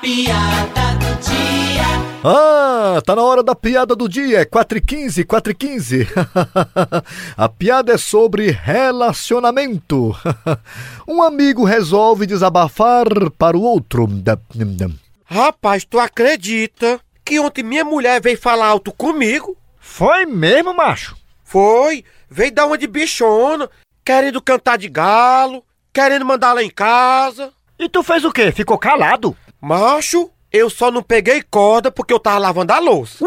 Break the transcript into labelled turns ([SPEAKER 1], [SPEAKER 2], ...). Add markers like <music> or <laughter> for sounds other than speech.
[SPEAKER 1] piada do dia.
[SPEAKER 2] Ah, tá na hora da piada do dia. É 4 e 15, 4 e 15. <laughs> A piada é sobre relacionamento. <laughs> Um amigo resolve desabafar para o outro.
[SPEAKER 3] Rapaz, tu acredita que ontem minha mulher veio falar alto comigo?
[SPEAKER 2] Foi mesmo, macho?
[SPEAKER 3] Foi, veio dar uma de bichona, querendo cantar de galo, querendo mandar lá em casa.
[SPEAKER 2] E tu fez o quê? Ficou calado?
[SPEAKER 3] Macho, eu só não peguei corda porque eu tava lavando a louça.